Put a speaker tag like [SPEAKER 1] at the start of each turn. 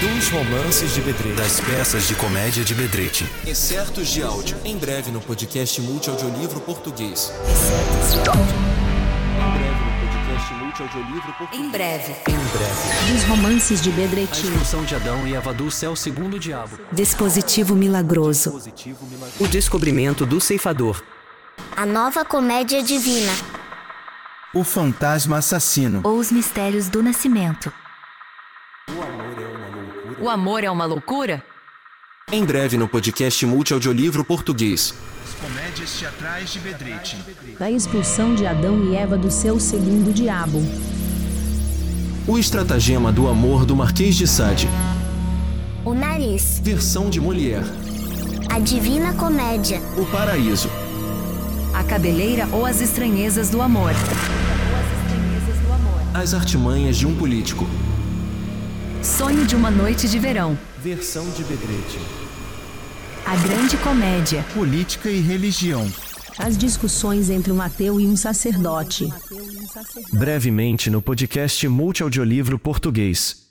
[SPEAKER 1] Dos romances de Bedrete, das peças de comédia de Bedrete. Excertos de áudio, em breve no podcast Multiaudiolivro Português. Em breve no podcast Multiaudiolivro Português.
[SPEAKER 2] Em breve.
[SPEAKER 1] Em breve.
[SPEAKER 3] Dos romances de
[SPEAKER 4] A
[SPEAKER 3] Bedretinho.
[SPEAKER 4] expulsão de Adão e Eva do céu segundo o diabo.
[SPEAKER 2] Dispositivo milagroso.
[SPEAKER 1] Positivo, milagroso.
[SPEAKER 4] O descobrimento do ceifador.
[SPEAKER 5] A nova comédia divina.
[SPEAKER 6] O fantasma assassino.
[SPEAKER 7] ou os mistérios do nascimento.
[SPEAKER 2] O amor é uma loucura?
[SPEAKER 1] Em breve no podcast Multiaudiolivro Português.
[SPEAKER 6] Comédias teatrais de Bedrite.
[SPEAKER 3] Da expulsão de Adão e Eva do seu segundo diabo.
[SPEAKER 1] O Estratagema do Amor do Marquês de Sade.
[SPEAKER 5] O nariz.
[SPEAKER 1] Versão de Molière.
[SPEAKER 5] A divina comédia.
[SPEAKER 1] O Paraíso.
[SPEAKER 2] A cabeleira ou as estranhezas do amor?
[SPEAKER 1] As Artimanhas de um Político.
[SPEAKER 2] Sonho de uma noite de verão?
[SPEAKER 1] Versão de Bedrete.
[SPEAKER 2] A grande comédia?
[SPEAKER 6] Política e religião.
[SPEAKER 3] As discussões entre um ateu e um sacerdote.
[SPEAKER 1] Brevemente no podcast Multiaudiolivro Português.